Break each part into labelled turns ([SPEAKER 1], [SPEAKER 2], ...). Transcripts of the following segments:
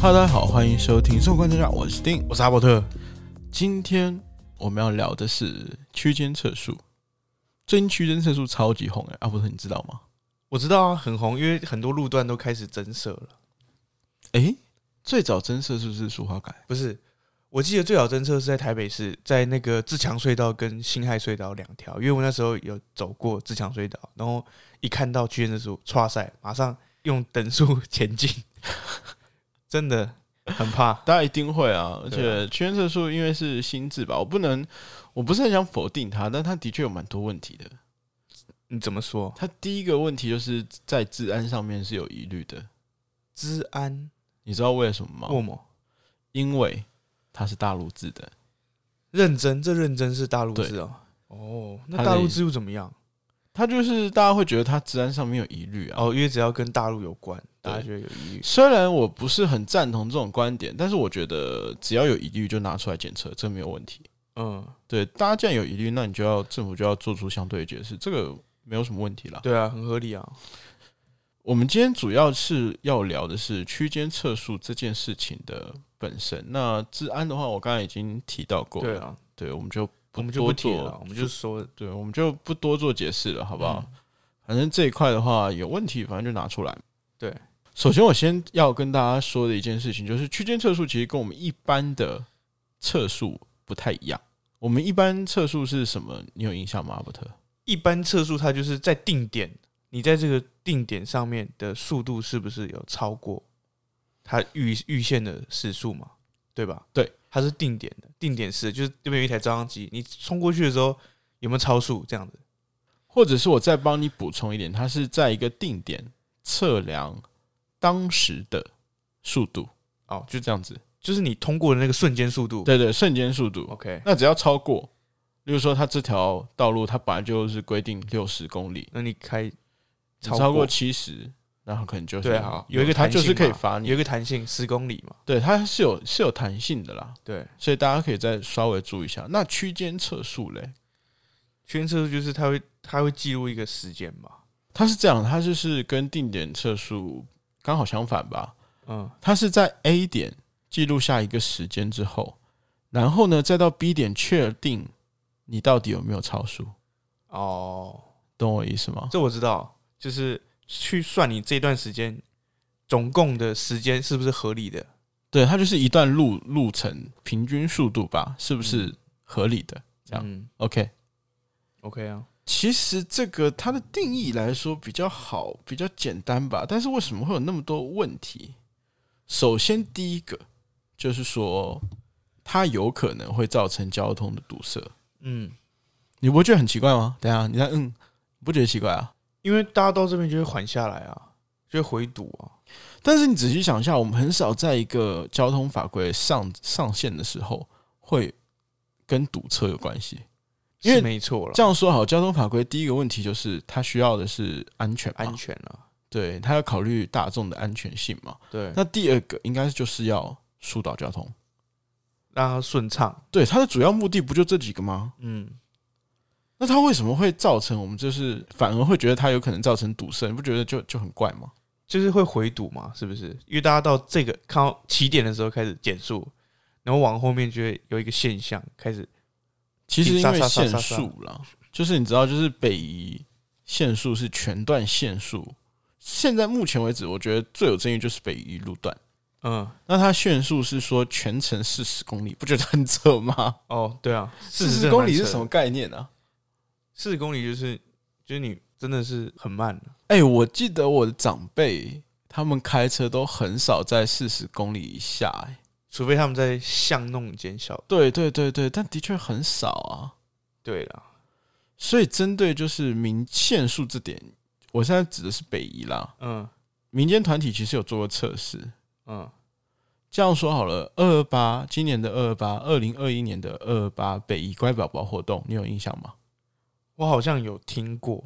[SPEAKER 1] Hello，大家好，欢迎收听《纵观天下》，我是丁。
[SPEAKER 2] 我是哈伯特。
[SPEAKER 1] 今天我们要聊的是区间测速。最近区间测速超级红哎、阿伯特你知道吗？
[SPEAKER 2] 我知道啊，很红，因为很多路段都开始增设了。
[SPEAKER 1] 哎、最早增设是不是苏花改？
[SPEAKER 2] 不是，我记得最早增设是在台北市，在那个自强隧道跟辛亥隧道两条，因为我那时候有走过自强隧道，然后一看到区间的时候，唰塞，马上用等速前进， 真的很怕。
[SPEAKER 1] 大家一定会啊，而
[SPEAKER 2] 对
[SPEAKER 1] 且区间测速因为是新制吧，我不能，我不是很想否定它，但它的确有蛮多问题的。
[SPEAKER 2] 你怎么说？
[SPEAKER 1] 它第一个问题就是在治安上面是有疑虑的，
[SPEAKER 2] 治安
[SPEAKER 1] 你知道为什么吗？
[SPEAKER 2] 过么？
[SPEAKER 1] 因为它是大陆制的，
[SPEAKER 2] 认真，这认真是大陆
[SPEAKER 1] 对
[SPEAKER 2] 制哦。哦，那
[SPEAKER 1] 它
[SPEAKER 2] 大陆
[SPEAKER 1] 的
[SPEAKER 2] 制又怎么样？
[SPEAKER 1] 它就是大家会觉得它治安上面有疑虑啊。
[SPEAKER 2] 哦，因为只要跟大陆有关，大家
[SPEAKER 1] 对
[SPEAKER 2] 觉得有疑虑。
[SPEAKER 1] 虽然我不是很赞同这种观点，但是我觉得只要有疑虑就拿出来检测，这没有问题。
[SPEAKER 2] 嗯，
[SPEAKER 1] 对，大家既然有疑虑，那你就要政府就要做出相对的解释，这个没有什么问题啦。
[SPEAKER 2] 对啊，很合理啊。
[SPEAKER 1] 我们今天主要是要聊的是区间测速这件事情的本身。那治安的话，我刚才已经提到过
[SPEAKER 2] 对
[SPEAKER 1] 了，
[SPEAKER 2] 啊，
[SPEAKER 1] 对，我们就
[SPEAKER 2] 我们就
[SPEAKER 1] 多
[SPEAKER 2] 不提
[SPEAKER 1] 做
[SPEAKER 2] 了，我们就说
[SPEAKER 1] 对，我们就不多做解释了，好
[SPEAKER 2] 好
[SPEAKER 1] 不好？？反正这一块的话，有问题反正就拿出来。
[SPEAKER 2] 对，
[SPEAKER 1] 首先我先要跟大家说的一件事情，就是区间测速其实跟我们一般的测速不太一样。我们一般测速是什么？你有印象吗，阿伯特？
[SPEAKER 2] 一般测速它就是在定点，你在这个定点上面的速度是不是有超过它预预限的时速嘛？对吧？
[SPEAKER 1] 对，
[SPEAKER 2] 它是定点的，定点式就是这边有一台照相机，你冲过去的时候有没有超速这样子？
[SPEAKER 1] 或者是我再帮你补充一点，它是在一个定点测量当时的速度，
[SPEAKER 2] 哦，
[SPEAKER 1] 就这样子。
[SPEAKER 2] 就是你通过的那个瞬间速度。
[SPEAKER 1] 对对，瞬间速度。
[SPEAKER 2] ，OK，
[SPEAKER 1] 那只要超过，例如说它这条道路它本来就是规定六十公里，
[SPEAKER 2] 那你开
[SPEAKER 1] 你
[SPEAKER 2] 超
[SPEAKER 1] 超
[SPEAKER 2] 过
[SPEAKER 1] 过七十，然后可能就是
[SPEAKER 2] 对啊
[SPEAKER 1] 有
[SPEAKER 2] 有一个
[SPEAKER 1] 它
[SPEAKER 2] 弹性
[SPEAKER 1] 就是可以
[SPEAKER 2] 嘛
[SPEAKER 1] 罚你
[SPEAKER 2] 有一，个弹性十公里嘛？
[SPEAKER 1] 对，它是有是有弹性的啦，
[SPEAKER 2] 对，
[SPEAKER 1] 所以大家可以再稍微注意一下。那区间测速嘞，
[SPEAKER 2] 圈测速就是它会它会记录一个时间嘛？
[SPEAKER 1] 它是这样，它就是跟定点测速刚好相反吧，
[SPEAKER 2] 嗯，
[SPEAKER 1] 它是在 A 点记录下一个时间之后，然后呢再到 B 点确定你到底有没有超速，
[SPEAKER 2] 哦，
[SPEAKER 1] 懂我意思吗？
[SPEAKER 2] 这我知道，就是去算你这段时间总共的时间是不是合理的。
[SPEAKER 1] 对，它就是一段路路程平均速度吧，是不是合理的、这样
[SPEAKER 2] 嗯
[SPEAKER 1] ？OK，
[SPEAKER 2] ，OK 啊，
[SPEAKER 1] 其实这个它的定义来说比较好，比较简单吧。但是为什么会有那么多问题？首先，第一个就是说，它有可能会造成交通的堵塞。
[SPEAKER 2] 嗯，
[SPEAKER 1] 你不会觉得很奇怪吗？等一下，你在嗯，你不觉得奇怪啊？
[SPEAKER 2] 因为大家到这边就会缓下来啊，就会回堵啊。
[SPEAKER 1] 但是你仔细想一下，我们很少在一个交通法规上上线的时候，会跟堵车有关系。因为
[SPEAKER 2] 是没错了，
[SPEAKER 1] 这样说好，交通法规第一个问题就是它需要的是安全嘛，
[SPEAKER 2] 安全了。
[SPEAKER 1] 对，它要考虑大众的安全性嘛。
[SPEAKER 2] 对，
[SPEAKER 1] 那第二个应该就是要疏导交通。
[SPEAKER 2] 让它顺畅。
[SPEAKER 1] 对，它的主要目的不就这几个吗？
[SPEAKER 2] 嗯，
[SPEAKER 1] 那它为什么会造成我们就是反而会觉得它有可能造成堵塞？你不觉得就就很怪吗？
[SPEAKER 2] 就是会回堵嘛，是不是？因为大家到这个看到起点的时候开始减速，然后往后面就会有一个现象开始。
[SPEAKER 1] 其实因为
[SPEAKER 2] 刹刹
[SPEAKER 1] 限
[SPEAKER 2] 刹刹
[SPEAKER 1] 速啦，就是你知道，就是北移限速是全段限速。现在目前为止，我觉得最有争议就是北移路段。
[SPEAKER 2] 嗯，
[SPEAKER 1] 那它限速是说全程四十公里，不觉得很扯吗？
[SPEAKER 2] 哦，对啊，
[SPEAKER 1] 四
[SPEAKER 2] 40
[SPEAKER 1] 十
[SPEAKER 2] 真的
[SPEAKER 1] 公
[SPEAKER 2] 蛮
[SPEAKER 1] 里是
[SPEAKER 2] 扯
[SPEAKER 1] 什么
[SPEAKER 2] 的？
[SPEAKER 1] 概念啊？
[SPEAKER 2] 四十公里就是就是你真的是很慢了。
[SPEAKER 1] 哎、我记得我的长辈他们开车都很少在四十公里以下、哎，
[SPEAKER 2] 除非他们在巷弄间小。
[SPEAKER 1] 对对对对，但的确很少啊。
[SPEAKER 2] 对了，
[SPEAKER 1] 所以针对就是民限速这点，我现在指的是北移啦。
[SPEAKER 2] 嗯
[SPEAKER 1] 民间团体其实有做过测试，
[SPEAKER 2] 嗯，
[SPEAKER 1] 这样说好了，二二八今年的二二八，二零二一年的二二八北移乖宝宝活动，你有印象吗？
[SPEAKER 2] 我好像有听过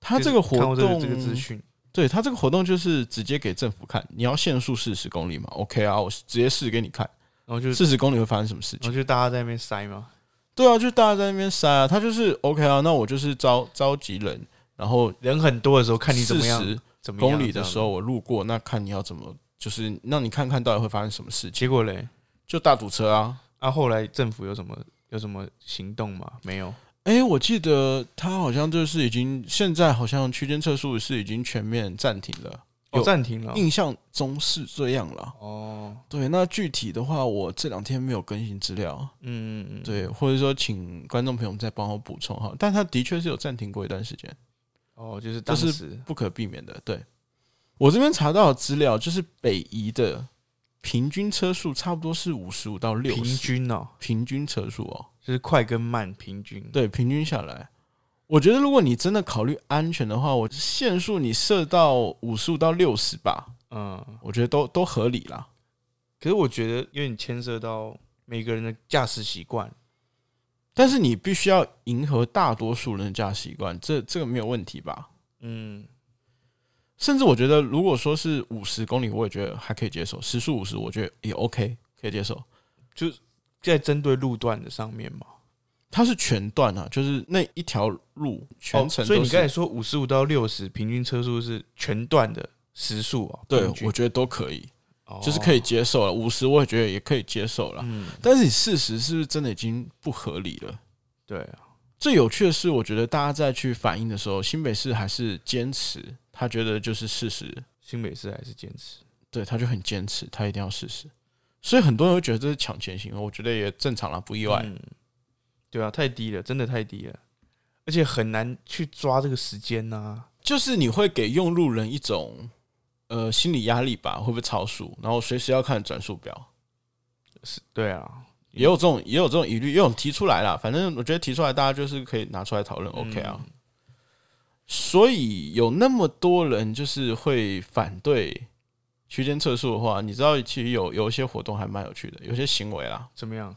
[SPEAKER 1] 他这个
[SPEAKER 2] 就是看
[SPEAKER 1] 活
[SPEAKER 2] 过这
[SPEAKER 1] 动
[SPEAKER 2] 个这个资讯。
[SPEAKER 1] 对他这个活动就是直接给政府看，你要限速四十公里嘛？OK 啊，我直接试给你看，
[SPEAKER 2] 然后就
[SPEAKER 1] 四十公里会发生什么事
[SPEAKER 2] 然后
[SPEAKER 1] 情？
[SPEAKER 2] 就大家在那边塞嘛。
[SPEAKER 1] 对啊，就大家在那边塞啊，他就是 OK 啊，那我就是召召集人，然后
[SPEAKER 2] 人很多的时候，看你怎么样，
[SPEAKER 1] 40
[SPEAKER 2] 怎么样
[SPEAKER 1] 公里的时候我路过，那看你要怎么就是让你看看到底会发生什么事情，
[SPEAKER 2] 结果嘞，
[SPEAKER 1] 就大堵车啊。
[SPEAKER 2] 啊，后来政府有什么有什么行动吗？没有，
[SPEAKER 1] 哎、我记得他好像就是已经现在好像区间测速是已经全面暂停了，
[SPEAKER 2] 哦，
[SPEAKER 1] 有
[SPEAKER 2] 暂停了。
[SPEAKER 1] 印象中是这样啦。
[SPEAKER 2] 哦，
[SPEAKER 1] 对，那具体的话，我这两天没有更新资料，
[SPEAKER 2] 嗯嗯嗯，
[SPEAKER 1] 对，或者说请观众朋友们再帮我补充哈。但他的确是有暂停过一段时间，
[SPEAKER 2] 哦，就是当
[SPEAKER 1] 就是
[SPEAKER 2] 时
[SPEAKER 1] 不可避免的。对我这边查到的资料，就是北移的平均车速差不多是五十五到六
[SPEAKER 2] 平
[SPEAKER 1] 十，
[SPEAKER 2] 均哦，
[SPEAKER 1] 平均车速哦，
[SPEAKER 2] 就是快跟慢平均。
[SPEAKER 1] 对，平均下来。我觉得，如果你真的考虑安全的话，我限速你设到五十五到六十吧，
[SPEAKER 2] 嗯，
[SPEAKER 1] 我觉得都都合理啦。
[SPEAKER 2] 可是我觉得有点牵涉到每个人的驾驶习惯。
[SPEAKER 1] 但是你必须要迎合大多数人的驾驶习惯，这这个没有问题吧？
[SPEAKER 2] 嗯，
[SPEAKER 1] 甚至我觉得，如果说是五十公里，我也觉得还可以接受，时速五十，我觉得也 OK，可以接受。
[SPEAKER 2] 在针对路段的上面嘛。
[SPEAKER 1] 它是全段啊，就是那一条路全程都
[SPEAKER 2] 哦
[SPEAKER 1] 是、
[SPEAKER 2] 所以你刚才说五十五到六十平均车速是全段的时速哦。
[SPEAKER 1] 对
[SPEAKER 2] 平，均
[SPEAKER 1] 我觉得都可以，
[SPEAKER 2] 哦
[SPEAKER 1] 就是可以接受了。五十我也觉得也可以接受了，
[SPEAKER 2] 嗯，
[SPEAKER 1] 但是你四十是不是真的已经不合理了？
[SPEAKER 2] 对啊，
[SPEAKER 1] 最有趣的是，我觉得大家在去反映的时候，新北市还是坚持，他觉得就是事实，
[SPEAKER 2] 新北市还是坚持。
[SPEAKER 1] 对，他就很坚持，他一定要试试。所以很多人会觉得这是抢钱行为，我觉得也正常啦，不意外。
[SPEAKER 2] 嗯，对啊，太低了，真的太低了，而且很难去抓这个时间啊呐、
[SPEAKER 1] 就是你会给用路人一种呃心理压力吧，会不会超速，然后随时要看转速表，
[SPEAKER 2] 是，对啊，
[SPEAKER 1] 也有这种也有这种疑虑，也有提出来啦。反正我觉得提出来，大家就是可以拿出来讨论，OK 啊。
[SPEAKER 2] 嗯
[SPEAKER 1] 所以有那么多人就是会反对区间测速的话，你知道，其实有有一些活动还蛮有趣的，有些行为啦，
[SPEAKER 2] 怎么样？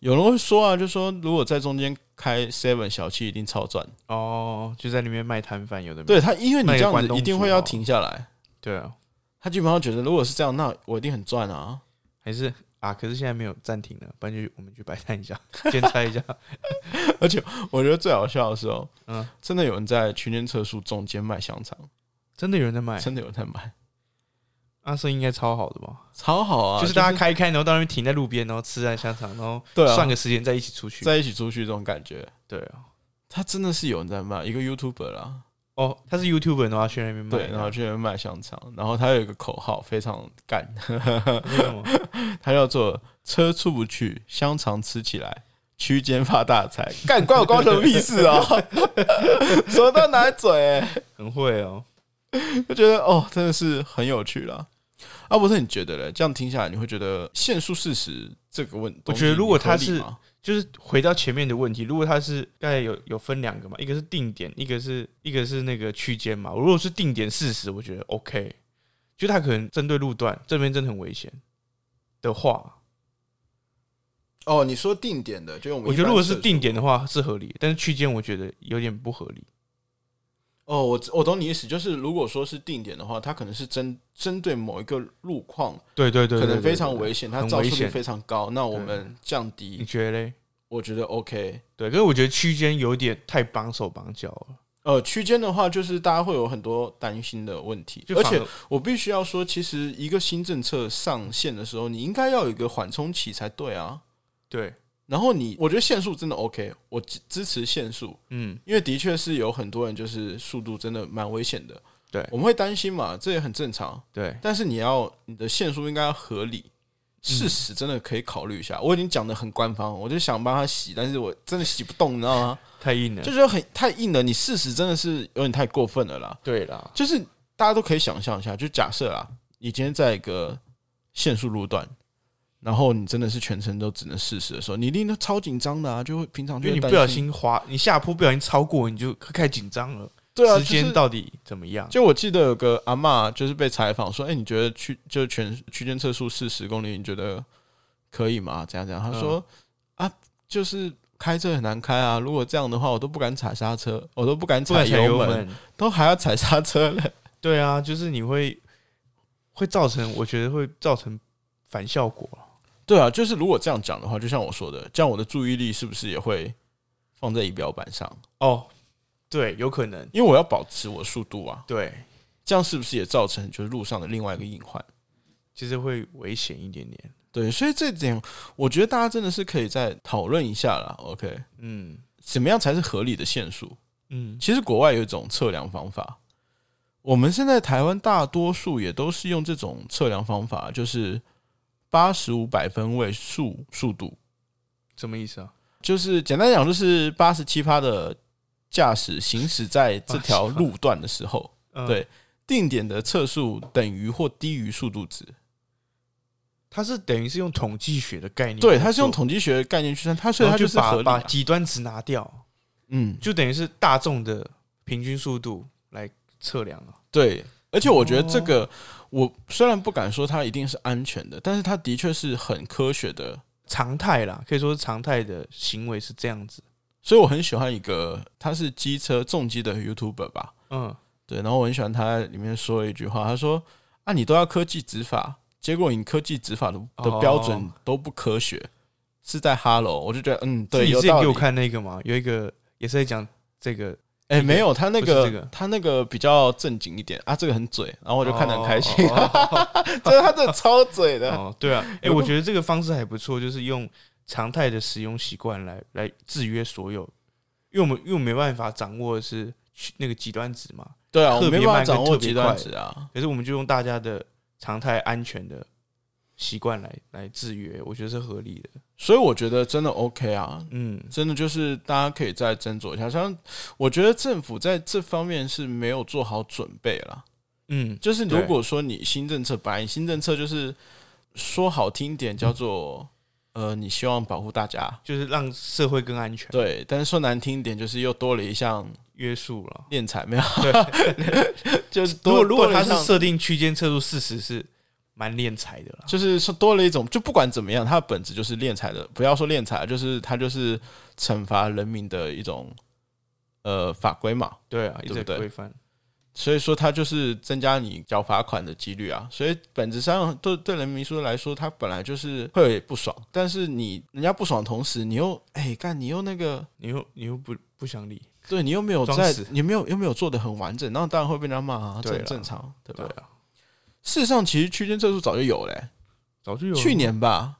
[SPEAKER 1] 有人会说啊，就说如果在中间开 seven 小七一定超赚。
[SPEAKER 2] 哦，就在那边卖摊贩，有的没
[SPEAKER 1] 对他，因为你
[SPEAKER 2] 卖
[SPEAKER 1] 这
[SPEAKER 2] 个
[SPEAKER 1] 样
[SPEAKER 2] 关
[SPEAKER 1] 子
[SPEAKER 2] 东
[SPEAKER 1] 一定
[SPEAKER 2] 煮
[SPEAKER 1] 会要
[SPEAKER 2] 哦
[SPEAKER 1] 停下来。
[SPEAKER 2] 对啊，
[SPEAKER 1] 他基本上觉得，如果是这样，那我一定很赚啊。
[SPEAKER 2] 还是啊，可是现在没有暂停了，不然就我们去摆摊一 下，检查一下。
[SPEAKER 1] 我觉得最好笑的时候，
[SPEAKER 2] 嗯，
[SPEAKER 1] 真的有人在区间测速中间卖香肠，
[SPEAKER 2] 真的有人在卖，
[SPEAKER 1] 真的有人在卖，
[SPEAKER 2] 阿生意应该超好的吧？
[SPEAKER 1] 超好啊！
[SPEAKER 2] 就是大家开一开，然后到那边停在路边，然后吃在香肠，然后
[SPEAKER 1] 对啊
[SPEAKER 2] 算个时间再一起出去。
[SPEAKER 1] 在一起出去这种感觉，
[SPEAKER 2] 对啊，
[SPEAKER 1] 他真的是有人在卖，一个 YouTuber 啦，
[SPEAKER 2] 哦，他是 YouTuber，然后他去那边卖，啊
[SPEAKER 1] 对，然后去那边卖香肠，然后他有一个口号非常干，
[SPEAKER 2] 为什么？
[SPEAKER 1] 他叫做“车出不去，香肠吃起来”。区间发大财， 干关我关我什么屁事啊！ 什么都拿来嘴、欸，
[SPEAKER 2] 很会哦。
[SPEAKER 1] 就觉得哦，真的是很有趣啦。啊，不是你觉得嘞？这样听下来，你会觉得限速四十这个问，
[SPEAKER 2] 我觉得如果它
[SPEAKER 1] 东西你
[SPEAKER 2] 是
[SPEAKER 1] 合理吗
[SPEAKER 2] 就是回到前面的问题，如果它是刚才有有分两个嘛，一个是定点，一个是一个是那个区间嘛。如果是定点四十，我觉得 OK，就它可能针对路段这边真的很危险的话，
[SPEAKER 1] 哦，你说定点的，就我们
[SPEAKER 2] 我觉得如果是
[SPEAKER 1] 一般
[SPEAKER 2] 定点的话是合理，但是区间我觉得有点不合理。
[SPEAKER 1] 哦，我我懂你意思，就是如果说是定点的话，它可能是针针对某一个路况，
[SPEAKER 2] 对对对
[SPEAKER 1] 可能非常危险，它
[SPEAKER 2] 很
[SPEAKER 1] 肇
[SPEAKER 2] 危
[SPEAKER 1] 事率
[SPEAKER 2] 险
[SPEAKER 1] 非常高，那我
[SPEAKER 2] 对
[SPEAKER 1] 们降
[SPEAKER 2] 你
[SPEAKER 1] 低，
[SPEAKER 2] 觉得嘞？
[SPEAKER 1] 我觉得 OK。
[SPEAKER 2] 对，可是我觉得区间有点太绑手绑脚了，
[SPEAKER 1] 呃，区间的话，就是大家会有很多担心的问题，
[SPEAKER 2] 就
[SPEAKER 1] 而
[SPEAKER 2] 反
[SPEAKER 1] 且我必须要说，其实一个新政策上线的时候，你应该要有一个缓冲期才对啊。
[SPEAKER 2] 对，
[SPEAKER 1] 然后你，我觉得限速真的 OK，我支支持限速，
[SPEAKER 2] 嗯，
[SPEAKER 1] 因为的确是有很多人就是速度真的蛮危险的，
[SPEAKER 2] 对
[SPEAKER 1] 我们会担心嘛，这也很正常。
[SPEAKER 2] 对，
[SPEAKER 1] 但是你要你的限速应该要合理，
[SPEAKER 2] 嗯
[SPEAKER 1] 事实真的可以考虑一下。我已经讲的很官方，我就想帮他洗，但是我真的洗不动，你知道 吗？
[SPEAKER 2] 太硬了
[SPEAKER 1] 就，觉得很太硬了，你事实真的是有点太过分了啦。
[SPEAKER 2] 对啦，
[SPEAKER 1] 就是大家都可以想象一下，就假设啊，你今天在一个限速路段，然后你真的是全程都只能四十的时候，你一定都超紧张的啊，就会平常
[SPEAKER 2] 因
[SPEAKER 1] 就
[SPEAKER 2] 为
[SPEAKER 1] 会
[SPEAKER 2] 你不
[SPEAKER 1] 担
[SPEAKER 2] 小心滑，你下坡不小心超过，你就开始紧张了。
[SPEAKER 1] 对啊，
[SPEAKER 2] 时
[SPEAKER 1] 就
[SPEAKER 2] 间
[SPEAKER 1] 是
[SPEAKER 2] 到底怎么样？
[SPEAKER 1] 就我记得有个阿嬷就是被采访说，哎、你觉得区就全区间测速四十公里，你觉得可以吗？怎样怎样？
[SPEAKER 2] 嗯
[SPEAKER 1] 她说、啊，就是开车很难开啊，如果这样的话，我都不敢踩刹车，我都不敢
[SPEAKER 2] 不敢
[SPEAKER 1] 踩
[SPEAKER 2] 踩油
[SPEAKER 1] 门，
[SPEAKER 2] 门。
[SPEAKER 1] 都还要踩刹车 了。
[SPEAKER 2] 对啊，就是你会会造成，我觉得会造成反效果。
[SPEAKER 1] 对啊，就是如果这样讲的话，就像我说的，这样我的注意力是不是也会放在仪表板上？
[SPEAKER 2] 哦，对，有可能，
[SPEAKER 1] 因为我要保持我的速度啊，
[SPEAKER 2] 对，
[SPEAKER 1] 这样是不是也造成就是路上的另外一个隐患？
[SPEAKER 2] 其实会危险一点点。
[SPEAKER 1] 对，所以这点我觉得大家真的是可以再讨论一下啦。OK，
[SPEAKER 2] 嗯
[SPEAKER 1] 怎么样才是合理的限速？
[SPEAKER 2] 嗯，
[SPEAKER 1] 其实国外有一种测量方法，我们现在台湾大多数也都是用这种测量方法，就是八十五百分位速速度，
[SPEAKER 2] 什么意思啊？
[SPEAKER 1] 就是简单讲就是八十七趴的驾驶行驶在这条路段的时候，
[SPEAKER 2] 嗯
[SPEAKER 1] 对，定点的测速等于或低于速度值。
[SPEAKER 2] 它是等于是用统计学的概念来做，
[SPEAKER 1] 对，它是用统计学的概念去算，它所以
[SPEAKER 2] 然后
[SPEAKER 1] 它
[SPEAKER 2] 就是把
[SPEAKER 1] 合理、
[SPEAKER 2] 把
[SPEAKER 1] 啊。
[SPEAKER 2] 极端值拿掉，
[SPEAKER 1] 嗯，
[SPEAKER 2] 就等于是大众的平均速度来测量了。
[SPEAKER 1] 对，而且我觉
[SPEAKER 2] 哦
[SPEAKER 1] 得这个，我虽然不敢说它一定是安全的，但是它的确是很科学的。
[SPEAKER 2] 常态啦，可以说是常态的行为是这样子。
[SPEAKER 1] 所以我很喜欢一个，他是机车重机的 YouTuber 吧，
[SPEAKER 2] 嗯，
[SPEAKER 1] 对，然后我很喜欢他里面说了一句话，他说：“啊，你都要科技执法，结果你科技执法的的
[SPEAKER 2] 哦
[SPEAKER 1] 标准都不科学，是在哈喽。”我就觉得，嗯，
[SPEAKER 2] 是
[SPEAKER 1] 对，
[SPEAKER 2] 你
[SPEAKER 1] 有
[SPEAKER 2] 之前
[SPEAKER 1] 道
[SPEAKER 2] 给
[SPEAKER 1] 理
[SPEAKER 2] 我。看那个嘛，有一个也是在讲这个，
[SPEAKER 1] 哎、没有，他那
[SPEAKER 2] 不
[SPEAKER 1] 个
[SPEAKER 2] 是这个
[SPEAKER 1] 他那个比较正经一点啊，这个很嘴，然后我就看得很开心，
[SPEAKER 2] 哦哦哦哦
[SPEAKER 1] 这个他真的超嘴的。
[SPEAKER 2] 哦，对啊，哎、我觉得这个方式还不错，就是用常态的使用习惯来来制约所有，因为我们因为我们没办法掌握的是那个极端值嘛，
[SPEAKER 1] 对啊，我
[SPEAKER 2] 特别
[SPEAKER 1] 没办法
[SPEAKER 2] 慢跟
[SPEAKER 1] 掌握
[SPEAKER 2] 特别
[SPEAKER 1] 极端
[SPEAKER 2] 快
[SPEAKER 1] 值啊。
[SPEAKER 2] 可是我们就用大家的常态安全的习惯来来制约，我觉得是合理的。
[SPEAKER 1] 所以我觉得真的 OK 啊，
[SPEAKER 2] 嗯，
[SPEAKER 1] 真的就是大家可以再斟酌一下。像我觉得政府在这方面是没有做好准备啦。
[SPEAKER 2] 嗯，
[SPEAKER 1] 就是如
[SPEAKER 2] 对
[SPEAKER 1] 果说你新政策，本来新政策就是说好听点叫做呃，你希望保护大家，
[SPEAKER 2] 就是让社会更安全，
[SPEAKER 1] 对，但是说难听一点，就是又多了一项
[SPEAKER 2] 约束了。
[SPEAKER 1] 敛财，没有， 就是
[SPEAKER 2] 如
[SPEAKER 1] 多
[SPEAKER 2] 果如果
[SPEAKER 1] 多
[SPEAKER 2] 它
[SPEAKER 1] 了一
[SPEAKER 2] 是
[SPEAKER 1] 项
[SPEAKER 2] 设定区间测速四十，是蛮敛财的啦。
[SPEAKER 1] 就是说多了一种，就不管怎么样，它的本质就是敛财的。不要说敛财，就是它就是惩罚人民的一种呃法规嘛。
[SPEAKER 2] 对啊，一
[SPEAKER 1] 对
[SPEAKER 2] 直
[SPEAKER 1] 不对
[SPEAKER 2] 在规范。
[SPEAKER 1] 所以说，它就是增加你缴罚款的几率啊。所以本质上，对对人民说来说，它本来就是会不爽，但是你人家不爽的同时，你又哎干、你又那个，
[SPEAKER 2] 你又你又不不想理，
[SPEAKER 1] 对你又没有
[SPEAKER 2] 装
[SPEAKER 1] 在
[SPEAKER 2] 死，
[SPEAKER 1] 你没有又没有做的很完整，然后当然会被人家骂啊，这
[SPEAKER 2] 对
[SPEAKER 1] 很
[SPEAKER 2] 啦
[SPEAKER 1] 正常，对吧
[SPEAKER 2] 对？啊，哎
[SPEAKER 1] 事实上，其实区间测速早就有嘞、
[SPEAKER 2] 早就有了
[SPEAKER 1] 去年吧，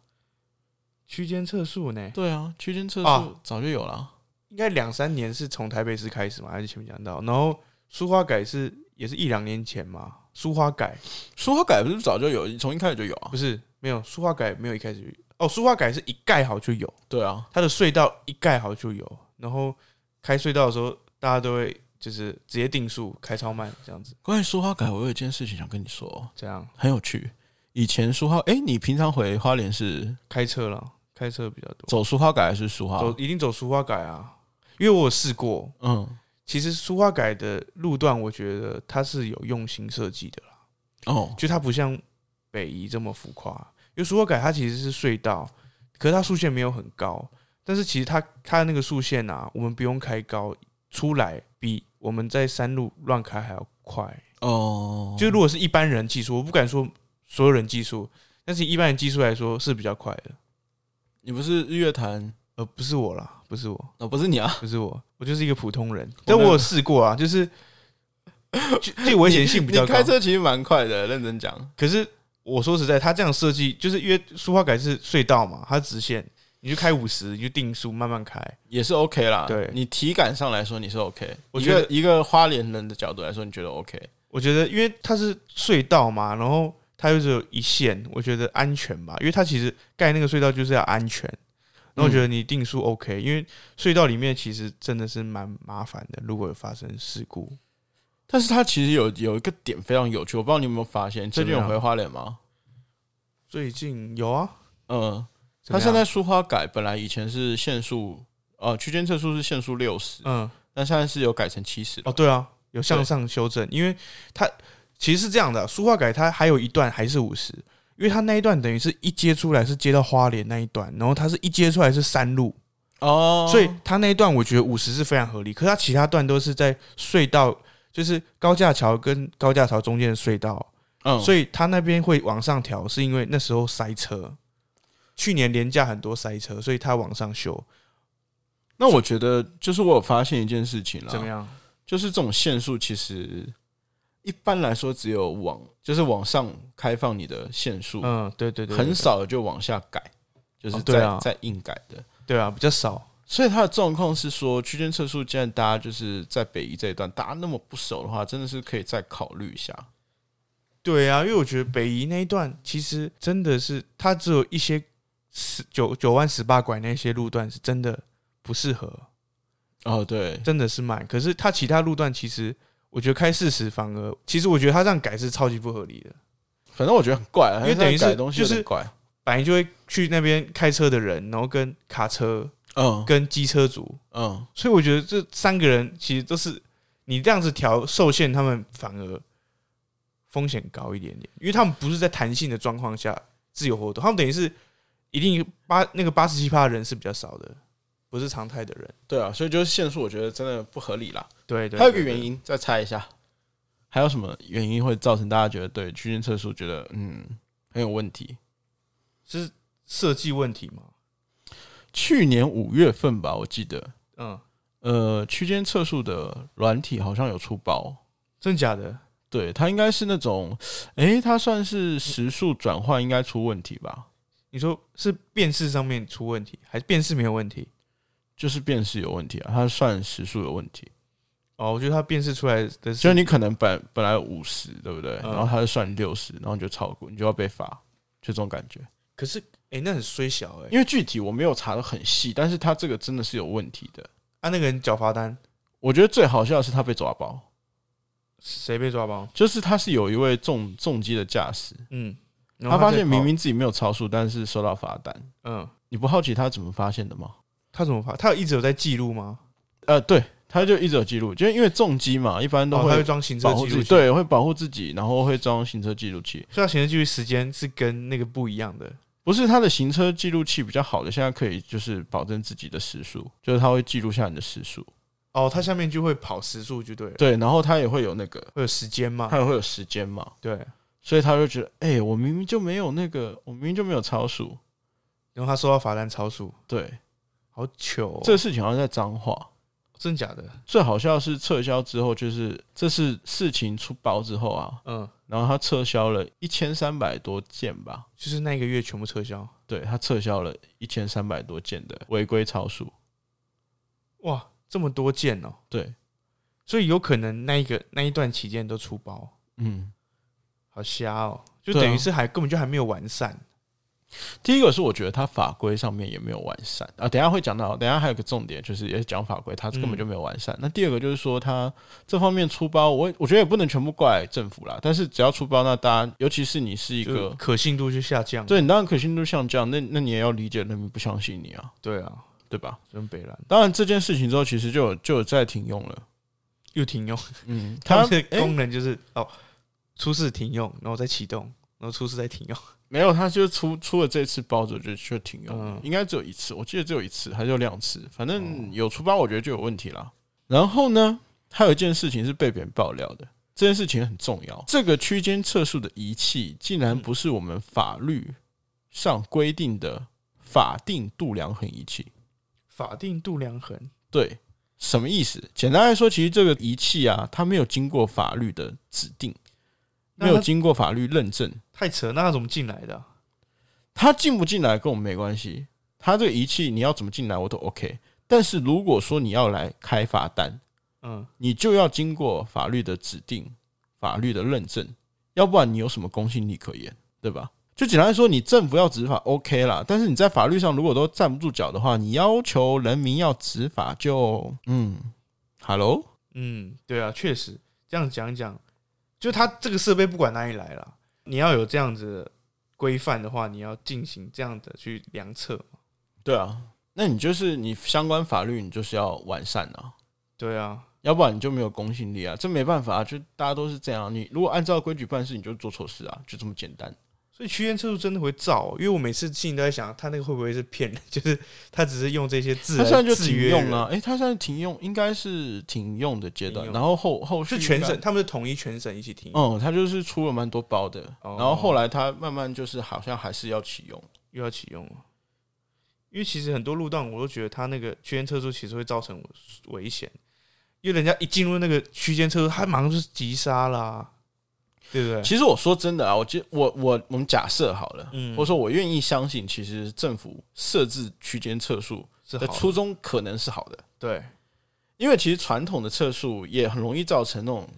[SPEAKER 2] 区间测速呢，
[SPEAKER 1] 对啊，区间测
[SPEAKER 2] 啊
[SPEAKER 1] 速早就有了啊。
[SPEAKER 2] 应该两三年是从台北市开始嘛，还是前面讲到，然后苏花改是也是一两年前嘛，苏花改
[SPEAKER 1] 说话改不是早就有，从一开始就有啊
[SPEAKER 2] 不。是没有苏花改没有一开始就哦，苏花改是一盖好就有，
[SPEAKER 1] 对啊，
[SPEAKER 2] 它的隧道一盖好就有，然后开隧道的时候大家都会就是直接定速开超慢这样子，
[SPEAKER 1] 关于说话改，我有一件事情想跟你说，
[SPEAKER 2] 这样
[SPEAKER 1] 很有趣。以前书画，哎、你平常回花莲是
[SPEAKER 2] 开车了，开车比较多，
[SPEAKER 1] 走书画改还是书画？
[SPEAKER 2] 走一啊定走苏花改啊，因为我有试过，
[SPEAKER 1] 嗯，
[SPEAKER 2] 其实苏花改的路段，我觉得它是有用心设计的啦，
[SPEAKER 1] 哦，
[SPEAKER 2] 就它不像北宜这么浮夸。因为苏花改它其实是隧道，可是它速线没有很高，但是其实它它那个速线啊，我们不用开高，出来比我们在山路乱开还要快。
[SPEAKER 1] 哦，
[SPEAKER 2] 就如果是一般人技术，我不敢说所有人技术，但是一般人技术来说是比较快的。
[SPEAKER 1] 你不是日月潭，
[SPEAKER 2] 呃，不是我啦，不是我，
[SPEAKER 1] 哦，不是你啊，
[SPEAKER 2] 不是我，我就是一个普通人。
[SPEAKER 1] 我
[SPEAKER 2] 但
[SPEAKER 1] 们
[SPEAKER 2] 我有试过啊，就是 就这 个危险性比较
[SPEAKER 1] 你
[SPEAKER 2] 高。
[SPEAKER 1] 开车其实蛮快的，认真讲。
[SPEAKER 2] 可是我说实在，他这样设计，就是因为苏花改是隧道嘛，它直线，你就开五十，你就定速慢慢开。
[SPEAKER 1] 也是 OK 啦，
[SPEAKER 2] 对
[SPEAKER 1] 你体感上来说你是 OK，
[SPEAKER 2] 我
[SPEAKER 1] 一
[SPEAKER 2] 觉得
[SPEAKER 1] 个一个花莲人的角度来说，你觉得 OK？
[SPEAKER 2] 我觉得，因为它是隧道嘛，然后它又只有一线，我觉得安全吧，因为它其实盖那个隧道就是要安全。然后我觉得你定速 OK，、因为隧道里面其实真的是蛮麻烦的，如果有发生事故，
[SPEAKER 1] 但是它其实有有一个点非常有趣，我不知道你有没有发现，最近
[SPEAKER 2] 怎
[SPEAKER 1] 有
[SPEAKER 2] 么
[SPEAKER 1] 回
[SPEAKER 2] 样
[SPEAKER 1] 花莲吗？
[SPEAKER 2] 最近有啊，
[SPEAKER 1] 嗯，
[SPEAKER 2] 怎
[SPEAKER 1] 它
[SPEAKER 2] 么样
[SPEAKER 1] 现在苏花改本来以前是限速，呃，区间测速是限速六十，
[SPEAKER 2] 嗯
[SPEAKER 1] 但现在是有改成七十
[SPEAKER 2] 哦对啊，有向上修正，因为它其实是这样的，苏化改它还有一段还是五十，因为它那一段等于是一接出来是接到花莲那一段，然后它是一接出来是山路，
[SPEAKER 1] 哦
[SPEAKER 2] 所以它那一段我觉得五十是非常合理，可是它其他段都是在隧道，就是高架桥跟高架桥中间的隧道，
[SPEAKER 1] 嗯，
[SPEAKER 2] 所以它那边会往上调，是因为那时候塞车。去年廉价很多塞车，所以它往上修，
[SPEAKER 1] 那我啊觉得就是我有发现一件事情啦，
[SPEAKER 2] 样？
[SPEAKER 1] 就是这种限速其实一般来说只有往就是往上开放你的限速，
[SPEAKER 2] 嗯，对对对，对
[SPEAKER 1] 很，少就往下改，就是
[SPEAKER 2] 哦
[SPEAKER 1] 在、
[SPEAKER 2] 对啊
[SPEAKER 1] 在硬改的。
[SPEAKER 2] 对对啊，比较少，
[SPEAKER 1] 所以他的状况是说，区间测速，既然大家就是在北宜这一段，大家那么不熟的话，真的是可以再考虑一下。
[SPEAKER 2] 对啊，因为我觉得北宜那一段其实真的是，它只有一些十九九弯十八拐那些路段是真的不适合，
[SPEAKER 1] 哦，对，
[SPEAKER 2] 真的是慢。可是它其他路段其实，我觉得开四十反而，其实我觉得它这样改是超级不合理的。
[SPEAKER 1] 反正我觉得很怪啊，
[SPEAKER 2] 因为等于是
[SPEAKER 1] 他改东西有点
[SPEAKER 2] 就是
[SPEAKER 1] 怪，
[SPEAKER 2] 本来就会去那边开车的人，然后跟卡车、
[SPEAKER 1] 嗯
[SPEAKER 2] 跟机车族，
[SPEAKER 1] 嗯，
[SPEAKER 2] 所以我觉得这三个人其实都是你这样子调受限，他们反而风险高一点点，因为他们不是在弹性的状况下自由活动，他们等于是一定八那个八十七趴的人是比较少的，不是常态的人。
[SPEAKER 1] 对啊，所以就是限速，我觉得真的不合理啦。
[SPEAKER 2] 对对
[SPEAKER 1] 还有一个原，因，再猜一下，还有什么原因会造成大家觉得对区间测速觉得嗯很有问题？
[SPEAKER 2] 对是设计问题嘛？
[SPEAKER 1] 去年五月份吧，我记得，
[SPEAKER 2] 嗯，
[SPEAKER 1] 呃，区间测速的软体好像有出包，
[SPEAKER 2] 真假的？
[SPEAKER 1] 对，它应该是那种，诶、它算是时速转换应该出问题吧？
[SPEAKER 2] 你说是辨识上面出问题，还是辨识没有问题？
[SPEAKER 1] 就是辨识有问题啊，它算时速有问题，
[SPEAKER 2] 哦，我觉得它辨识出来的
[SPEAKER 1] 就是
[SPEAKER 2] 是
[SPEAKER 1] 你可能本本来五十，对不对？
[SPEAKER 2] 嗯
[SPEAKER 1] 然后它就算六十，然后你就超过，你就要被罚，就这种感觉。
[SPEAKER 2] 可是哎、欸那很衰小哎、欸，
[SPEAKER 1] 因为具体我没有查的很细，但是它这个真的是有问题的。
[SPEAKER 2] 啊，那个人缴罚单，
[SPEAKER 1] 我觉得最好笑的是他被抓包，
[SPEAKER 2] 谁被抓包？
[SPEAKER 1] 就是他是有一位重重机的驾驶，
[SPEAKER 2] 嗯，然
[SPEAKER 1] 他
[SPEAKER 2] 后
[SPEAKER 1] 发
[SPEAKER 2] 再
[SPEAKER 1] 现
[SPEAKER 2] 跑
[SPEAKER 1] 明，明自己没有超速，但是收到罚单。
[SPEAKER 2] 嗯，
[SPEAKER 1] 你不好奇他怎么发现的吗？
[SPEAKER 2] 他怎么罚？他有一直有在记录吗？
[SPEAKER 1] 呃，对，他就一直有记录，就是因为重机嘛，一般都
[SPEAKER 2] 哦他会
[SPEAKER 1] 会
[SPEAKER 2] 装行车
[SPEAKER 1] 保护
[SPEAKER 2] 记
[SPEAKER 1] 自
[SPEAKER 2] 录
[SPEAKER 1] 己，
[SPEAKER 2] 器，，
[SPEAKER 1] 对，会保护自己，然后会装行车记录器。
[SPEAKER 2] 所以他行车记录时间是跟那个不一样的。
[SPEAKER 1] 不是他的行车记录器比较好的，现在可以就是保证自己的时速，就是他会记录下你的时速，
[SPEAKER 2] 哦，他下面就会跑时速就对了，
[SPEAKER 1] 对，然后他也会有那个，
[SPEAKER 2] 会有时间嘛
[SPEAKER 1] 他？也会有时间嘛，
[SPEAKER 2] 对，
[SPEAKER 1] 所以他就觉得，哎、我明明就没有那个，我明明就没有超速，
[SPEAKER 2] 然后他收到罚单超速，
[SPEAKER 1] 对，
[SPEAKER 2] 好糗、哦，
[SPEAKER 1] 这个事情好像在彰化。
[SPEAKER 2] 真假的？
[SPEAKER 1] 最好笑的是撤销之后，就是这是事情出包之后啊，
[SPEAKER 2] 嗯，
[SPEAKER 1] 然后他撤销了一千三百多件吧，
[SPEAKER 2] 就是那一个月全部撤销，
[SPEAKER 1] 对他撤销了一千三百多件的违规超速，
[SPEAKER 2] 哇，这么多件哦，
[SPEAKER 1] 对，
[SPEAKER 2] 所以有可能那一个那一段期间都出包，
[SPEAKER 1] 嗯，
[SPEAKER 2] 好瞎哦，就
[SPEAKER 1] 对啊
[SPEAKER 2] 等于是还根本就还没有完善。
[SPEAKER 1] 第一个是我觉得他法规上面也没有完善啊，等一下会讲到，等一下还有个重点就是也是讲法规，他根本就没有完善。那第二个就是说他这方面出包，我我觉得也不能全部怪政府啦，但是只要出包，那大家尤其是你是一
[SPEAKER 2] 就
[SPEAKER 1] 个，
[SPEAKER 2] 可信度就下降。
[SPEAKER 1] 对你当然可信度像这样，那那你也要理解人民不相信你啊，
[SPEAKER 2] 对啊，
[SPEAKER 1] 对吧？
[SPEAKER 2] 真北蓝
[SPEAKER 1] 当然这件事情之后，其实就有就有再停用了。
[SPEAKER 2] 又停用，
[SPEAKER 1] 嗯，
[SPEAKER 2] 它
[SPEAKER 1] 他
[SPEAKER 2] 们的
[SPEAKER 1] 诶
[SPEAKER 2] 功能就是、哦，出事停用，然后再启动，然后出事再停用。
[SPEAKER 1] 没有，他就出出了这次包之后就就停用了，
[SPEAKER 2] 嗯
[SPEAKER 1] 应该只有一次，我记得只有一次还是有两次，反正
[SPEAKER 2] 哦
[SPEAKER 1] 有出包我觉得就有问题啦。然后呢，还有一件事情是被别人爆料的，这件事情很重要。这个区间测速的仪器竟
[SPEAKER 2] 嗯
[SPEAKER 1] 然不是我们法律上规定的法定度量衡仪器，
[SPEAKER 2] 法定度量衡，
[SPEAKER 1] 对，什么意思？简单来说，其实这个仪器啊，它没有经过法律的指定，
[SPEAKER 2] 那
[SPEAKER 1] 没有
[SPEAKER 2] 它
[SPEAKER 1] 经过法律认证。
[SPEAKER 2] 太扯，那他怎么进来的啊、
[SPEAKER 1] 它进不进来跟我们没关系，它这个仪器你要怎么进来我都 OK。但是如果说你要来开罚单，
[SPEAKER 2] 嗯，
[SPEAKER 1] 你就要经过法律的指定、法律的认证，要不然你有什么公信力可言，对吧？就简单来说，你政府要执法 OK 啦，但是你在法律上如果都站不住脚的话，你要求人民要执法就嗯，Hello，
[SPEAKER 2] 嗯，对啊，确实这样讲一讲，就他这个设备不管哪里来啦，你要有这样子的规范的话，你要进行这样的去量测嘛。
[SPEAKER 1] 对啊，那你就是你相关法律你就是要完善啊，
[SPEAKER 2] 对啊，
[SPEAKER 1] 要不然你就没有公信力啊，这没办法、啊，就大家都是这样。你如果按照规矩办事，你就做错事啊，就这么简单。
[SPEAKER 2] 所以区间测速真的会造，因为我每次心里都在想，他那个会不会是骗人？ 就是他只是用这些字
[SPEAKER 1] 他
[SPEAKER 2] 来
[SPEAKER 1] 现在就
[SPEAKER 2] 制
[SPEAKER 1] 停
[SPEAKER 2] 约
[SPEAKER 1] 用
[SPEAKER 2] 人
[SPEAKER 1] 了、诶，他现在停用应该是停用的阶段
[SPEAKER 2] 停，用
[SPEAKER 1] 然后后后续
[SPEAKER 2] 是全
[SPEAKER 1] 应该
[SPEAKER 2] 省，，他们是统一全省一起停，
[SPEAKER 1] 嗯，他就是出了蛮多包的，
[SPEAKER 2] 哦
[SPEAKER 1] 然后后来他慢慢就是好像还是要启用，
[SPEAKER 2] 又要启用了。因为其实很多路段，我都觉得它那个区间测速其实会造成危险，因为人家一进入那个区间测速，他马上就是急刹啦，对不对？
[SPEAKER 1] 其实我说真的啊，我觉我我我们假设好了，
[SPEAKER 2] 嗯
[SPEAKER 1] 或者说我愿意相信，其实政府设置区间测速
[SPEAKER 2] 是
[SPEAKER 1] 的
[SPEAKER 2] 好的
[SPEAKER 1] 初衷可能是好的，
[SPEAKER 2] 对，
[SPEAKER 1] 因为其实传统的测速也很容易造成那种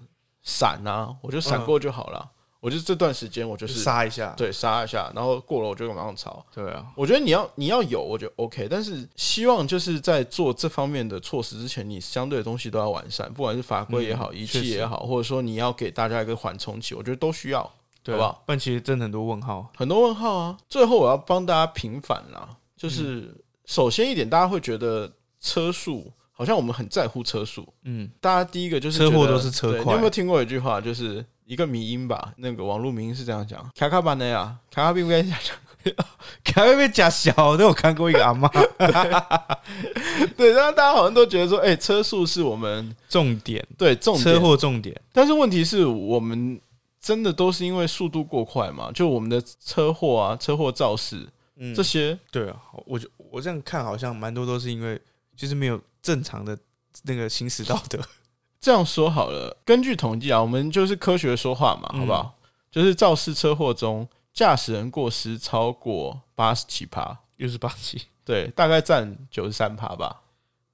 [SPEAKER 1] 闪啊，我就闪过就好了，我就这段时间我就
[SPEAKER 2] 就是杀一下，
[SPEAKER 1] 对杀一下，然后过了我就马上超。
[SPEAKER 2] 对啊，
[SPEAKER 1] 我觉得你要你要有，我觉得 OK，但是希望就是在做这方面的措施之前，你相对的东西都要完善，不管是法规也好，
[SPEAKER 2] 嗯
[SPEAKER 1] 仪
[SPEAKER 2] 确
[SPEAKER 1] 器
[SPEAKER 2] 实
[SPEAKER 1] 也好，或者说你要给大家一个缓冲期，我觉得都需要。
[SPEAKER 2] 对啊
[SPEAKER 1] 好不好？
[SPEAKER 2] 不然其实真的很多问号，
[SPEAKER 1] 很多问号啊。最后我要帮大家平反啦，就是
[SPEAKER 2] 嗯
[SPEAKER 1] 首先一点，大家会觉得车速好像我们很在乎车速，
[SPEAKER 2] 嗯，
[SPEAKER 1] 大家第一个就是
[SPEAKER 2] 车祸
[SPEAKER 1] 觉得
[SPEAKER 2] 都是车
[SPEAKER 1] 对
[SPEAKER 2] 快
[SPEAKER 1] 你有没有听过一句话，就是一个迷音吧？那个网络迷音是这样讲：卡卡巴内啊，卡卡并不该讲。
[SPEAKER 2] 还会被假小，但我看过一个阿妈，
[SPEAKER 1] 对，然后大家好像都觉得说，哎、车速是我们
[SPEAKER 2] 重点，
[SPEAKER 1] 对重点
[SPEAKER 2] 车祸重点，
[SPEAKER 1] 但是问题是我们真的都是因为速度过快嘛？就我们的车祸啊、车祸肇事
[SPEAKER 2] 嗯
[SPEAKER 1] 这些，
[SPEAKER 2] 对啊，好我就我这样看，好像蛮多都是因为就是没有正常的那个行驶道德，
[SPEAKER 1] 这样说好了，根据统计啊，我们就是科学说话嘛，
[SPEAKER 2] 嗯
[SPEAKER 1] 好不好？就是肇事车祸中，驾驶人过失超过八十七趴，
[SPEAKER 2] 又是八七，
[SPEAKER 1] 对，大概占九十三趴吧。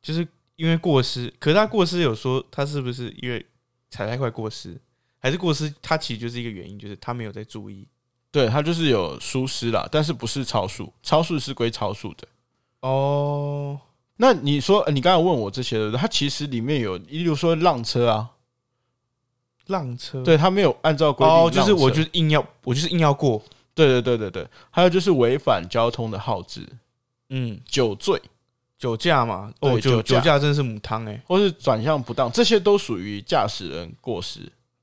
[SPEAKER 2] 就是因为过失。可是他过失有说他是不是因为踩太快过失，还是过失？他其实就是一个原因，就是他没有在注意。
[SPEAKER 1] 对，它就是有疏失啦，但是不是超速，超速是归超速的。
[SPEAKER 2] 哦，
[SPEAKER 1] 那你说，呃你刚才问我这些的，它其实里面有，例如说浪车啊，
[SPEAKER 2] 浪车，，
[SPEAKER 1] 对，它没有按照规定
[SPEAKER 2] 哦
[SPEAKER 1] 浪，车，
[SPEAKER 2] 就是我就是硬要，我就是硬要过，
[SPEAKER 1] 对对对对对，还有就是违反交通的号志、
[SPEAKER 2] 嗯，
[SPEAKER 1] 酒醉
[SPEAKER 2] 酒驾嘛，哦，
[SPEAKER 1] 对
[SPEAKER 2] 酒
[SPEAKER 1] 酒驾
[SPEAKER 2] 酒驾真的是母汤哎、
[SPEAKER 1] 或是转向不当，这些都属于驾驶人过失。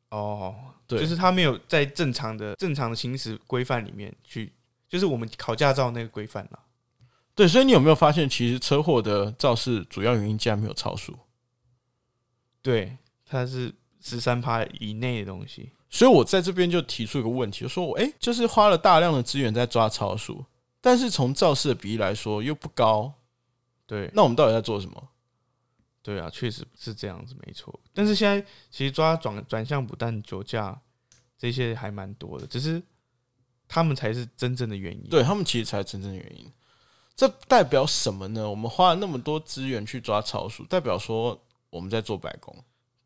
[SPEAKER 2] 哦，
[SPEAKER 1] 对
[SPEAKER 2] 就是他没有在正常的正常的行驶规范里面去，就是我们考驾照那个规范啦。
[SPEAKER 1] 对，所以你有没有发现，其实车祸的肇事主要原因竟然没有超速？
[SPEAKER 2] 对，它是十三趴以内的东西。
[SPEAKER 1] 所以我在这边就提出一个问题，就说我哎、诶就是花了大量的资源在抓超速，但是从肇事的比例来说又不高，
[SPEAKER 2] 对
[SPEAKER 1] 那我们到底在做什么？
[SPEAKER 2] 对啊，确实是这样子，没错。但是现在其实抓转转向不但酒驾这些还蛮多的，只是他们才是真正的原因。
[SPEAKER 1] 对他们其实才是真正的原因。这代表什么呢？我们花了那么多资源去抓超速，代表说我们在做白工。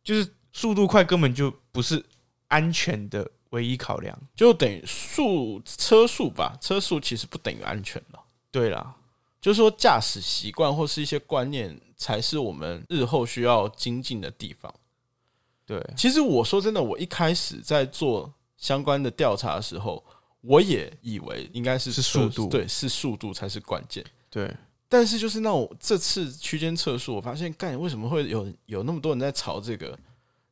[SPEAKER 2] 就是速度快根本就不是安全的唯一考量。
[SPEAKER 1] 就等于速车速吧，车速其实不等于安全了。
[SPEAKER 2] 对啦，
[SPEAKER 1] 就是说，驾驶习惯或是一些观念，才是我们日后需要精进的地方。
[SPEAKER 2] 对，
[SPEAKER 1] 其实我说真的，我一开始在做相关的调查的时候，我也以为应该是
[SPEAKER 2] 是
[SPEAKER 1] 车
[SPEAKER 2] 速度
[SPEAKER 1] 对，是速度才是关键。
[SPEAKER 2] 对，
[SPEAKER 1] 但是就是那我这次区间测速，我发现干为什么会有有那么多人在吵这个，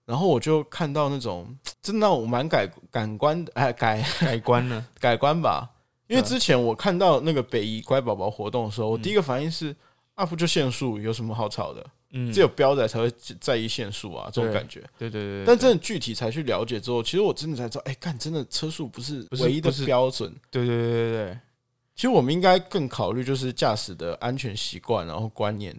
[SPEAKER 1] 然后我就看到那种真的让我蛮改感官的哎 改
[SPEAKER 2] 改观了。
[SPEAKER 1] 改观吧。因为
[SPEAKER 2] 对
[SPEAKER 1] 之前我看到那个北移乖宝宝活动的时候，
[SPEAKER 2] 嗯
[SPEAKER 1] 我第一个反应是啊，不就限速，有什么好吵的？
[SPEAKER 2] 嗯，
[SPEAKER 1] 只有标仔才会在意限速啊，这种
[SPEAKER 2] 对
[SPEAKER 1] 感觉。
[SPEAKER 2] 对对对对，
[SPEAKER 1] 但真的具体才去了解之后，其实我真的才知道，哎，干，真的车速不是
[SPEAKER 2] 不是
[SPEAKER 1] 唯一的
[SPEAKER 2] 不是
[SPEAKER 1] 标准。
[SPEAKER 2] 对对对对对。
[SPEAKER 1] 其实我们应该更考虑就是驾驶的安全习惯，然后观念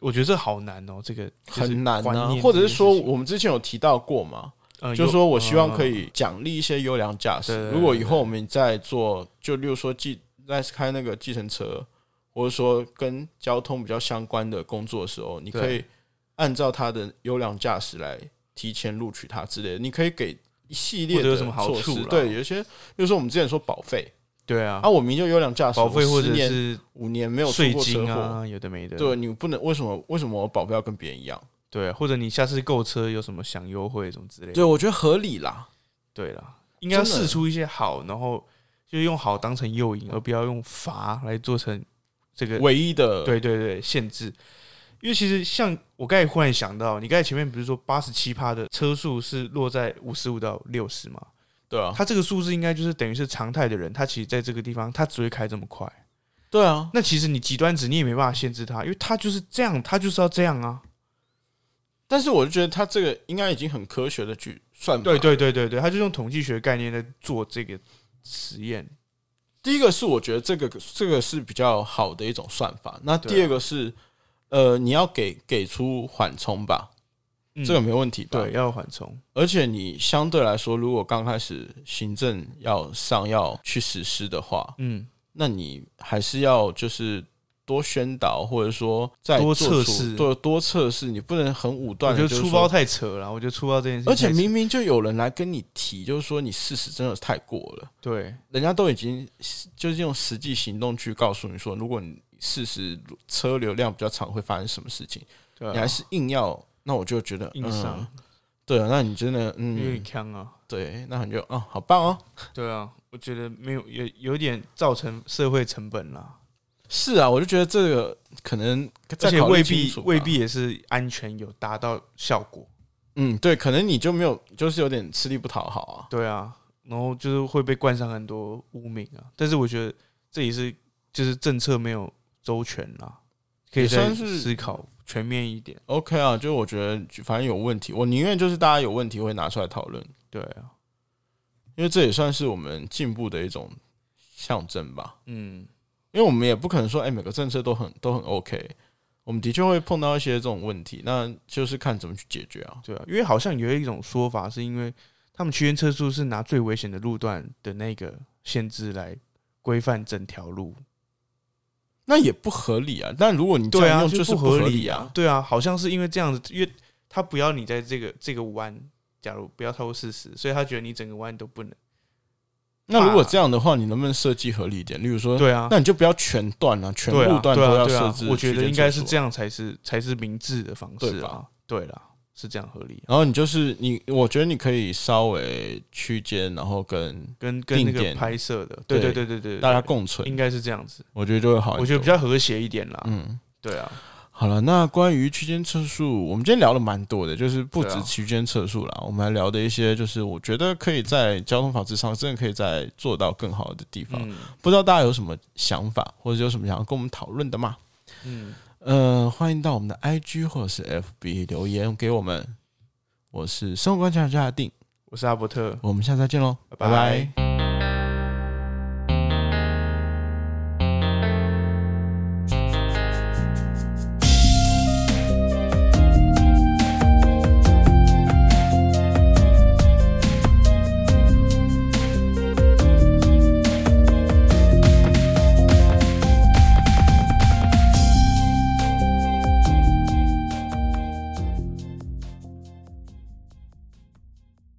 [SPEAKER 2] 我觉得这好难哦，这个就是
[SPEAKER 1] 很难
[SPEAKER 2] 观
[SPEAKER 1] 啊，
[SPEAKER 2] 念
[SPEAKER 1] 或者
[SPEAKER 2] 这
[SPEAKER 1] 是
[SPEAKER 2] 件事
[SPEAKER 1] 说
[SPEAKER 2] 情
[SPEAKER 1] 我们之前有提到过嘛，
[SPEAKER 2] 呃
[SPEAKER 1] 就是
[SPEAKER 2] 有
[SPEAKER 1] 说我希望可
[SPEAKER 2] 嗯嗯
[SPEAKER 1] 以奖励一些优良驾
[SPEAKER 2] 对
[SPEAKER 1] 驶。
[SPEAKER 2] 对对
[SPEAKER 1] 如果以后我们再做，就例如说计在开那个计程车，或者说跟交通比较相关的工作的时候，你可以按照他的优良驾驶来提前录取他之类的。你可以给一系列
[SPEAKER 2] 或者
[SPEAKER 1] 的
[SPEAKER 2] 有什么好
[SPEAKER 1] 措
[SPEAKER 2] 处
[SPEAKER 1] 施
[SPEAKER 2] 啦
[SPEAKER 1] 对，有一些，比如说我们之前说保费
[SPEAKER 2] 对啊
[SPEAKER 1] 啊，，我明明就优良驾驶，
[SPEAKER 2] 保费
[SPEAKER 1] 我
[SPEAKER 2] 或
[SPEAKER 1] 十
[SPEAKER 2] 者
[SPEAKER 1] 年
[SPEAKER 2] 是
[SPEAKER 1] 五年没有出
[SPEAKER 2] 税
[SPEAKER 1] 过车
[SPEAKER 2] 金
[SPEAKER 1] 祸，
[SPEAKER 2] 啊，有的没的，
[SPEAKER 1] 对你不能为什么为什么我保费要跟别人一样？
[SPEAKER 2] 对，或者你下次购车有什么享优惠什么之类的
[SPEAKER 1] 对，，我觉得合理啦。
[SPEAKER 2] 对啦，应该要
[SPEAKER 1] 真的
[SPEAKER 2] 试出一些好，然后就用好当成诱因，而不要用罚来做成这个，
[SPEAKER 1] 唯一的
[SPEAKER 2] 对对对，限制。因为其实像我刚才忽然想到，你刚才前面不是说八十七趴的车速是落在五十五到六十嘛？
[SPEAKER 1] 对啊，
[SPEAKER 2] 他这个数字应该就是等于是常态的人，他其实在这个地方他只会开这么快。
[SPEAKER 1] 对啊，
[SPEAKER 2] 那其实你极端值你也没办法限制他，因为他就是这样，他就是要这样啊。
[SPEAKER 1] 但是我就觉得他这个应该已经很科学的去算法。
[SPEAKER 2] 对，对对对对，他就用统计学概念在做这个实验。
[SPEAKER 1] 第一个是我觉得这个这个是比较好的一种算法。那
[SPEAKER 2] 对啊
[SPEAKER 1] 第二个是，呃，你要给给出缓冲吧，
[SPEAKER 2] 嗯
[SPEAKER 1] 这个没问题吧？
[SPEAKER 2] 对，，要缓冲，
[SPEAKER 1] 而且你相对来说，如果刚开始行政要上要去实施的话，
[SPEAKER 2] 嗯，
[SPEAKER 1] 那你还是要就是多宣导，或者说再
[SPEAKER 2] 多
[SPEAKER 1] 做
[SPEAKER 2] 测
[SPEAKER 1] 出
[SPEAKER 2] 试
[SPEAKER 1] 对，多测试，你不能很武
[SPEAKER 2] 我
[SPEAKER 1] 断
[SPEAKER 2] 觉
[SPEAKER 1] 的
[SPEAKER 2] 得
[SPEAKER 1] 就是
[SPEAKER 2] 出
[SPEAKER 1] 说
[SPEAKER 2] 包太扯了，我觉得出包这件事情
[SPEAKER 1] 而
[SPEAKER 2] 太扯，
[SPEAKER 1] 且明明就有人来跟你提，就是说你事实真的太过了，
[SPEAKER 2] 对
[SPEAKER 1] 人家都已经就是用实际行动去告诉你说，如果你事实车流量比较长，会发生什么事情，
[SPEAKER 2] 对啊，
[SPEAKER 1] 你还是硬要，那我就觉得
[SPEAKER 2] 硬伤
[SPEAKER 1] 嗯，对啊，那你真的
[SPEAKER 2] 有点
[SPEAKER 1] 嗯，
[SPEAKER 2] 坑啊，
[SPEAKER 1] 对，那你就啊、好棒哦。
[SPEAKER 2] 对啊，我觉得没有有有点造成社会成本啦，
[SPEAKER 1] 是啊，我就觉得这个可能
[SPEAKER 2] 而
[SPEAKER 1] 再
[SPEAKER 2] 且
[SPEAKER 1] 考虑
[SPEAKER 2] 未
[SPEAKER 1] 清
[SPEAKER 2] 必
[SPEAKER 1] 楚吧
[SPEAKER 2] 未必也是安全有达到效果，
[SPEAKER 1] 嗯，对，可能你就没有，就是有点吃力不讨好啊。
[SPEAKER 2] 对啊，然后就是会被冠上很多污名啊，但是我觉得这也是就是政策没有周全啦，可以
[SPEAKER 1] 也
[SPEAKER 2] 再
[SPEAKER 1] 算是
[SPEAKER 2] 思考全面一点，
[SPEAKER 1] OK 啊，就是我觉得反正有问题，我宁愿就是大家有问题会拿出来讨论，
[SPEAKER 2] 对啊，
[SPEAKER 1] 因为这也算是我们进步的一种象征吧。
[SPEAKER 2] 嗯，
[SPEAKER 1] 因为我们也不可能说，哎、每个政策都很都很 OK，我们的确会碰到一些这种问题，那就是看怎么去解决啊。
[SPEAKER 2] 对啊，因为好像有一种说法是因为他们区间车速是拿最危险的路段的那个限制来规范整条路。
[SPEAKER 1] 那也不合理啊。但如果你这
[SPEAKER 2] 对
[SPEAKER 1] 样
[SPEAKER 2] 啊，
[SPEAKER 1] 用，
[SPEAKER 2] 就是不合
[SPEAKER 1] 理
[SPEAKER 2] 啊。。对啊，好像是因为这样子，因为他不要你在这个这个弯，假如不要超过四十，所以他觉得你整个弯都不能。
[SPEAKER 1] 那如果这样的话，你能不能设计合理一点？例如说，
[SPEAKER 2] 对啊，
[SPEAKER 1] 嗯那你就不要全段了、全
[SPEAKER 2] 对啊
[SPEAKER 1] 路段都
[SPEAKER 2] 对啊
[SPEAKER 1] 要
[SPEAKER 2] 对
[SPEAKER 1] 设
[SPEAKER 2] 啊
[SPEAKER 1] 置、
[SPEAKER 2] 我觉得应该是这
[SPEAKER 1] 样。
[SPEAKER 2] 样才是才是明智的方式
[SPEAKER 1] 对
[SPEAKER 2] 啊
[SPEAKER 1] 吧。
[SPEAKER 2] 对啦，是这样合理啊、
[SPEAKER 1] 然后你就是你，我觉得你可以稍微区间，然后跟
[SPEAKER 2] 跟跟那
[SPEAKER 1] 定
[SPEAKER 2] 个
[SPEAKER 1] 点
[SPEAKER 2] 拍摄的，对对
[SPEAKER 1] 对
[SPEAKER 2] 对对对，对
[SPEAKER 1] 大家
[SPEAKER 2] 对
[SPEAKER 1] 共存
[SPEAKER 2] 应，该是这样子，
[SPEAKER 1] 我觉得就会好一点。
[SPEAKER 2] 我觉得比较和谐一点啦。
[SPEAKER 1] 嗯，
[SPEAKER 2] 对啊，
[SPEAKER 1] 好了。那关于区间测速，我们今天聊了蛮多的，就是不
[SPEAKER 2] 对
[SPEAKER 1] 止
[SPEAKER 2] 啊
[SPEAKER 1] 区间测速啦，我们还聊的一些，就是我觉得可以在交通法制上真的可以再做到更好的地方。
[SPEAKER 2] 嗯
[SPEAKER 1] 不知道大家有什么想法，或者有什么想要跟我们讨论的吗？
[SPEAKER 2] 嗯，
[SPEAKER 1] 呃，欢迎到我们的 IG 或者是 FB 留言给我们。我是生活观察家的定，
[SPEAKER 2] 我是阿伯特，
[SPEAKER 1] 我们下次再见喽，
[SPEAKER 2] 拜拜
[SPEAKER 1] 拜拜